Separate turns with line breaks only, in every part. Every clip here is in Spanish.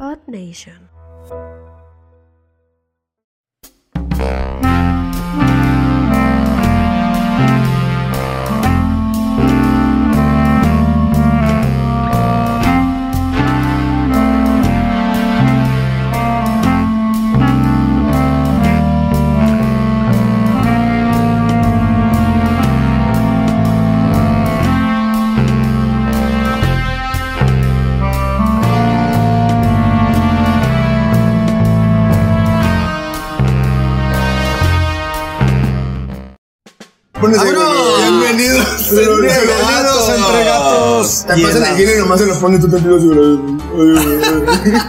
Earth Nation.
¡Vámonos!
Bienvenidos.
Pero
entre
entre
gatos,
gatos.
entre gatos.
Te pasan el hielo y nomás se lo ponen tú tranquilo así, güey.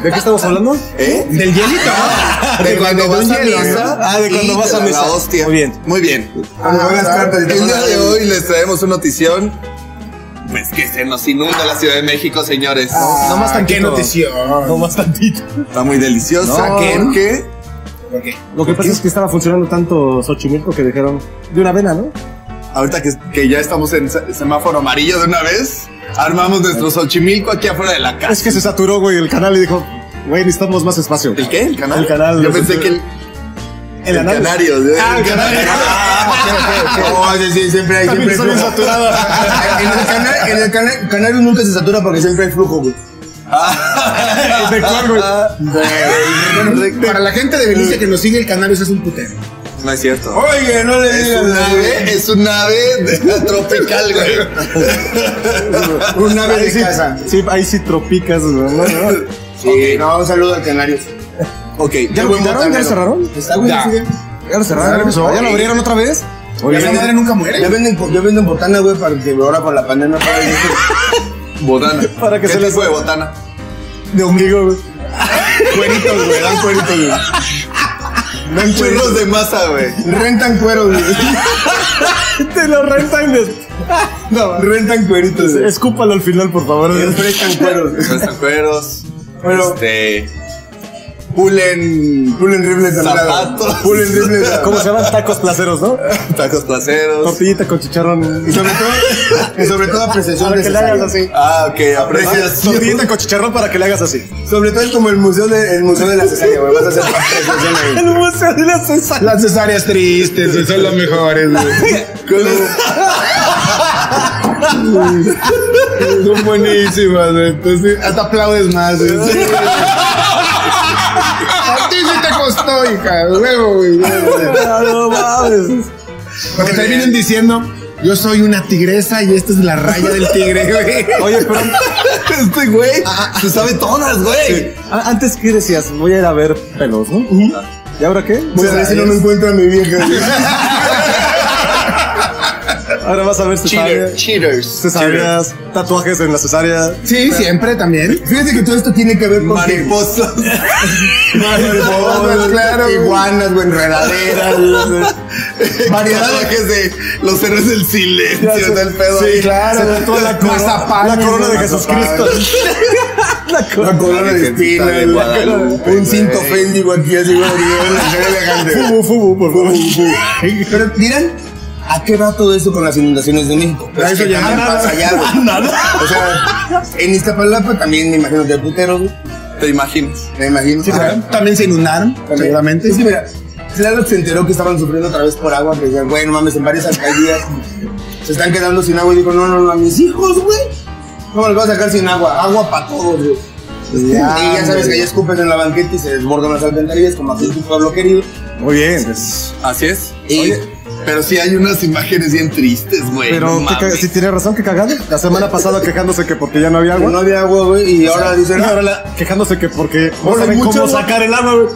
¿De qué estamos hablando?
¿Eh?
Del hielito.
De cuando vas a
hielo,
mesa.
¿no? Ah, de cuando
y
vas
te
a
da
mesa.
La hostia.
Muy bien.
Muy bien.
Cuando
Ah,
juegas cartas y te
El día
pones-
de hoy les traemos una notición. Pues que se nos inunda la Ciudad de México, señores.
No más tantito.
¿Qué notición?
No más tantito.
Está muy deliciosa.
No.
¿Por qué?
¿Por qué?
Lo que pasa es que estaba funcionando tanto Xochimilco que dijeron de una vena, ¿no?
Ahorita que, que ya estamos en se- semáforo amarillo de una vez, armamos nuestro Xochimilco aquí afuera de la
Es
casa.
que se saturó, güey, el canal y dijo, güey, necesitamos más espacio.
¿El qué? ¿El canal?
El canal.
Yo pensé que el, el
anal.
canario.
Ah, el canario.
No, sí, sí, siempre hay,
También
siempre
está
hay
bien
flujo.
saturado.
En el canal, en el canal, canario nunca se satura porque siempre hay flujo, güey.
¿De cuál, güey?
Para la gente de Belice que nos sigue, el canario es un putero.
No es cierto.
Oye, no le
Oh, Es un
¿eh?
ave, es un ave de- tropical, güey.
Un ave
Ahí
de
sí,
casa.
sí, ahí sí tropicas, güey, ¿no? ¿no?
Sí.
No, un saludo al canario.
Ok.
¿Ya lo quitaron? ¿Ya lo cerraron?
Está güey,
Ya.
¿Ya
sigue.
lo
Pues, Ya
cerraron?
empezó.
¿Ya lo abrieron otra vez?
Ya esa madre nunca muere.
Ya venden, ya venden botana, güey, para que ahora con la pandemia para
Botana.
Para que
¿Qué
se les-
tipo de botana?
De ombligo, güey.
Cueritos, güey. Dan cueritos, güey. Dan churros de masa, güey.
Rentan cuero, güey.
Te lo rentan de...
Rentan cueritos, güey.
Escúpalo al final, por favor.
Prestan cueros. güey.
Nuestros cueros.
Pero-
Este. Pulen.
Pulen rifles de
Zapatos.
Pulen rifles de
¿Cómo se llaman? Tacos placeros, ¿no?
Tacos placeros.
Tortillita con chicharrón.
Y sobre todo, y sobre todo apreciación
Para que le hagas
necesaria.
así.
Ah, ok. Aprecias.
Tortillita con chicharrón para que le hagas así.
Sobre todo es como el museo de, el museo de la cesárea, güey. Vas a hacer apreciación ahí.
El museo de la cesárea.
Las cesáreas tristes, güey, son las mejores, güey. Son buenísimas, güey. Entonces, hasta aplaudes más, güey. A ti sí te costó, hija. Huevo, güey. huevo, güey.
No mames.
Porque terminan diciendo, yo soy una tigresa y esta es la raya del tigre, güey.
Oye, pero
Este güey
Pues
se sabe todas, güey.
a- Ah, antes que decías, voy a ir a ver pelos, ¿no? ¿Y ahora qué?
Voy a ver si no me encuentro a mi vieja, güey.
Ahora vas a ver cesáreas.
Cheaters.
Cesáreas, tatuajes en la cesárea.
Sí, siempre también.
Fíjate que todo esto tiene que ver con que-
Mariposas.
mariposas, claro.
güey.
Iguanas, güey, enredaderas.
Variedades de los héroes del silencio, del pedo.
Se
ahí.
tatúa la corona,
Mazapanes,
la corona de
güey,
Jesús
mazapanes.
Cristo. La
La
corona.
corona de espina,
de Guadalupe,
un cinto
güey.
Fendi, güey, aquí así, güey, elegante.
Fubu, fubu, por favor.
Pero dirán, ¿a qué va todo esto con las inundaciones de México?
A eso
Pues que
ya
también
nada.
pasa allá, güey. O sea, en Iztapalapa también me imagino que hay puteros, güey,
Te imaginas.
me imagino. Ajá.
También se inundaron, seguramente.
Es que mira, Claro se enteró que estaban sufriendo otra vez por agua, que decían, güey, no mames, en varias alcaldías se están quedando sin agua. Y dijo, no, no, no, a mis hijos, güey, no los voy a sacar sin agua, agua para todos, güey.
Pues
Y ya sabes que ahí escupes en la banqueta y se desbordan las alcantarillas, como aquí es tu pueblo querido.
Muy bien.
Así es.
Y-
Oye, pero sí hay unas imágenes bien tristes, güey.
Pero
no
qué ca-
mames.
sí tiene razón, que cagado. La semana pasada quejándose que porque ya no había
Que
agua.
No había agua, güey, y ahora dicen,
ahora la- quejándose que porque no
Ahora
saben
mucho,
cómo
¿no?
sacar el agua, güey.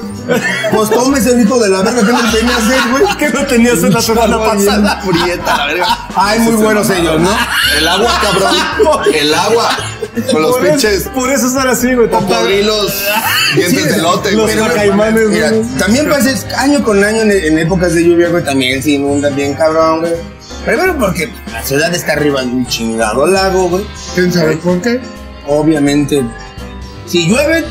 pues tomes el hijo de la verga, ¿qué no tenía hacer, güey?
Que no tenías en la semana
Agua bien
pasada.
Prieta, la verga.
Ay, muy buenos ellos, ¿no?
El agua, cabrón. El agua. Con los
Por eso-
pinches
Por eso están así, güey. tan padre.
cocodrilos, dientes de lote,
Los
güey. No mames.
caimanes,
Mira,
güey.
también pases año con año en, en épocas de lluvia, güey, también se inundan bien cabrón, güey. Primero porque la ciudad está arriba de un chingado lago, güey.
¿Quién sabe por qué?
Obviamente, si llueve,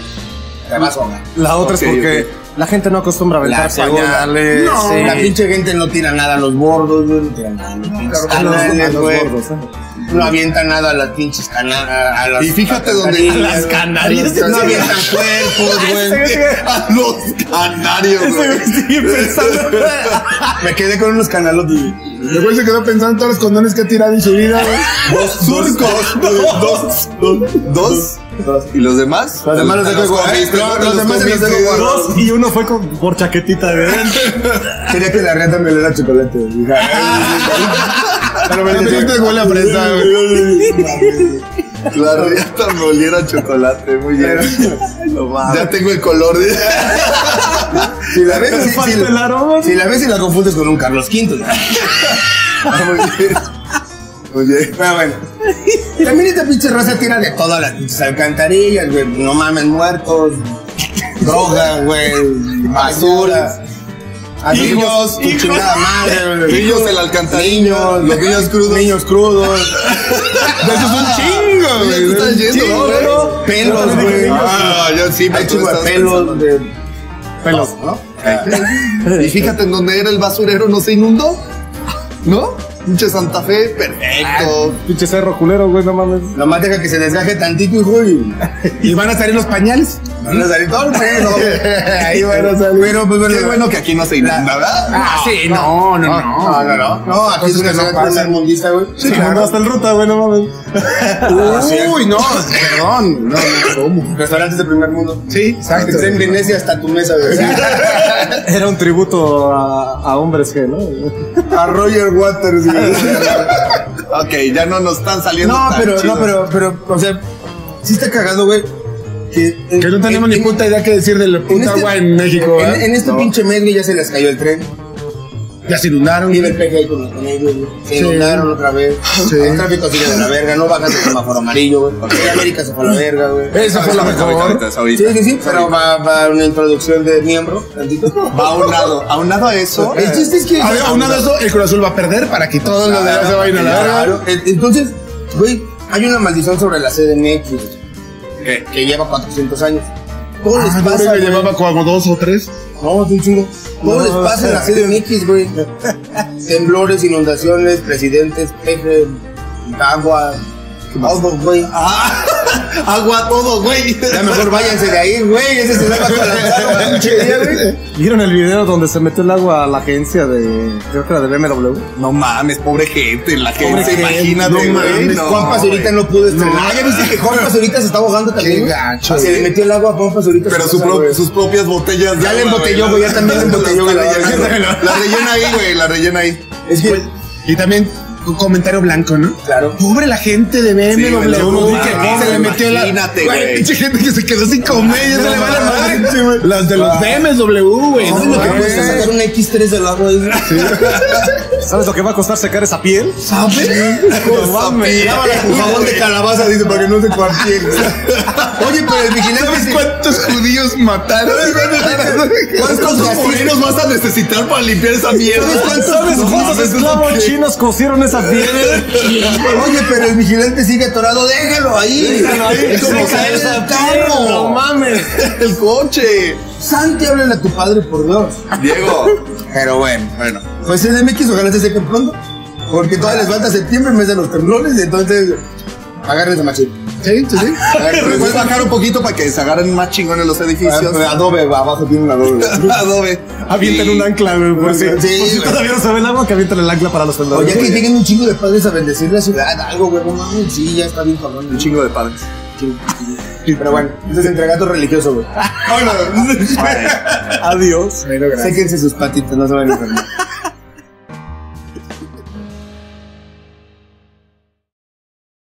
te vas a ahogar.
La otra
Ok,
es porque la gente no acostumbra Pues a aventar
La segunda,
pañales.
no,
sí.
la pinche gente no tira nada a los bordos, güey, no tira nada a los pinches
A los, a
canales,
los
güey.
gordos, ¿eh?
No avientan nada a las pinches canarias. A, a las-
Y fíjate
a
dónde- a las
canarias.
No avientan cuerpos, güey.
A los canarios, güey.
Sigue pensando.
Me quedé con unos canalotes.
El güey se quedó pensando en todos los condones que ha tirado en su vida, güey.
Dos surcos. Dos. Dos. dos. ¿Y los demás?
Los demás los dejo guardados.
comiste,
No,
te
los demás se los
comiste.
dejo guardados.
Dos y uno fue con, por chaquetita de
Quería que la reta me diera chocolate. Dije, "Ay". Pero me
Pero
dio
te huele a fresa, güey.
La riata me oliera a chocolate, muy bien. Ya tengo el color de.
Si la ves, si,
falta
si-
el aroma.
si la ves y la confundes con un Carlos V.
Muy bien. Muy bien.
Pero bueno. También esta pinche raza tira de todas las pinches alcantarillas, güey. No mames, muertos. Droga, güey. Basura. A niños, tu chingada madre, güey.
Niños de la alcantarilla,
Niños,
los niños crudos.
Niños crudos. De esos un chingo,
Ah, Ya te estás yendo, ¿no, güey?
Pero pelos, güey.
Ah, yo sí me
Hay chingo de
estás
pelos. de- Pelos, ¿no?
pensando. Y fíjate en donde era el basurero, no se inundó. ¿No? Pinche Santa Fe, perfecto.
Pinche cerro culero, güey, no mames.
Nomás deja que se desgaje tantito, hijo, y...
Y van a salir los pañales.
Ah,
Van a salir todos los pañales, ¿no? Ahí van a salir. Pero, pues, bueno,
Qué bueno que aquí no se inunda, ¿verdad?
Ah, sí, no, no,
No, no, no. No, aquí es una
Entonces, que no
ciudad
pasa.
tercermundista, güey.
Sí, claro. hasta el ruta, güey, no mames.
Ah,
Uy, no, perdón. No, no, ¿cómo?
Restaurantes de primer mundo.
Sí,
Que
exacto.
está en Venecia hasta tu mesa, güey.
Era un tributo a, a hombres G, ¿no?
A Roger Waters, güey.
Ok, ya no nos están saliendo.
No,
tan
pero, no,
chidos.
pero, pero, o sea, sí está cagado, güey. Que, en-
Que no tenemos
en-
ni
en-
puta idea qué decir de la
en
puta
este-
agua en México.
En,
¿verdad?
en este pinche mes, güey, ya se les cayó el tren.
Ya se inundaron.
Vive el peje ahí con con ellos, güey. Se
Sí.
inundaron otra vez. El tráfico sigue de la verga. No bajan el semáforo amarillo, güey. Porque América se fue a la verga, güey.
Esa fue la
Ahorita,
mejor.
ahorita, ahorita.
Sí, sí, sí, pero va, va una introducción de miembro, tantito.
Va aunado, aunado a eso.
El chiste es que.
A ver, a una de eso, el Cruz Azul va a perder para que todos los demás se vayan a la verga.
Claro. Eh, Entonces, güey, hay una maldición sobre la CDMX, güey,
¿Qué?
que lleva 400 años. Todo les
Ah, yo
pasa,
creo que
güey.
llevaba como dos o tres.
No, es un chingo. Todo les pasa en la CDMX, güey. Temblores, inundaciones, presidentes, peje, agua, todo, güey.
Ah, agua todo, güey.
Ya mejor váyanse de ahí, güey. Ese se va a colapsar, pinche día, güey.
¿Vieron el video donde se metió el agua a la agencia de. Creo que era de BMW?
No mames, pobre gente, la gente,
gente,
imagínate,
no
güey.
mames,
no,
Juan Pazurita
güey.
no pudo estrenar. Ah, ya viste que Juan Pazurita se está ahogando también. güey?
gacho,
Se le metió el agua a Juan Pazurita.
Pero
se
su
pasa,
pro-
güey.
sus propias botellas. de
Ya le
agua,
embotelló,
güey.
güey, ya también le embotelló, güey, la verdad.
La la rellena ahí, güey, la rellena ahí.
Es que,
Y también un comentario blanco, ¿no?
claro.
Pobre la gente de BMW.
Sí, güey, no,
güey,
no,
que
no,
se le metió la.
imagínate, güey.
pinche gente que se quedó sin comer. Ya se le va la madre. Las de los BMW, Pues, güey.
¿Sabes lo que
mames.
cuesta sacar una X3 del agua?
¿Sabes lo que va a costar secar esa piel?
No mames.
Lávala con jabón de calabaza, dice, para que no se cuartiere. Oye, pero el vigilante... se-
¿Cuántos judíos mataron?
¿Cuántos gasolinos vas a necesitar para limpiar esa mierda?
¿Sabes cuántos esclavos chinos cosieron esa piel?
Oye, pero el vigilante sigue atorado. Déjalo ahí.
Déjalo ahí.
Es como
Seca
caer
esa
el
piel, no
carro.
mames.
El coche.
Santi, háblale a tu padre, por Dios.
Diego.
Pero bueno.
Bueno.
Pues CDMX ojalá se sequen pronto. Porque todavía les falta septiembre, mes de los temblores. Entonces, agárrense machín.
Sí, sí, sí.
A ver, ¿me puedes bajar un poquito para que se agarren más chingones los edificios.
Adobe, abajo tiene un adobe.
Adobe.
Avienten
Y-
un ancla, güey. Por si,
Sí,
por si
güey.
todavía no se ve el agua, que avienten el ancla para los
Oye,
soldadores.
que lleguen un chingo de padres a bendecir la ciudad, algo, güey, no mames, sí, ya está bien cabrón.
Un chingo de padres.
Pero bueno, ese es entregato religioso, güey.
Bueno.
Adiós.
Séquense sus patitas, no se van a enfermar.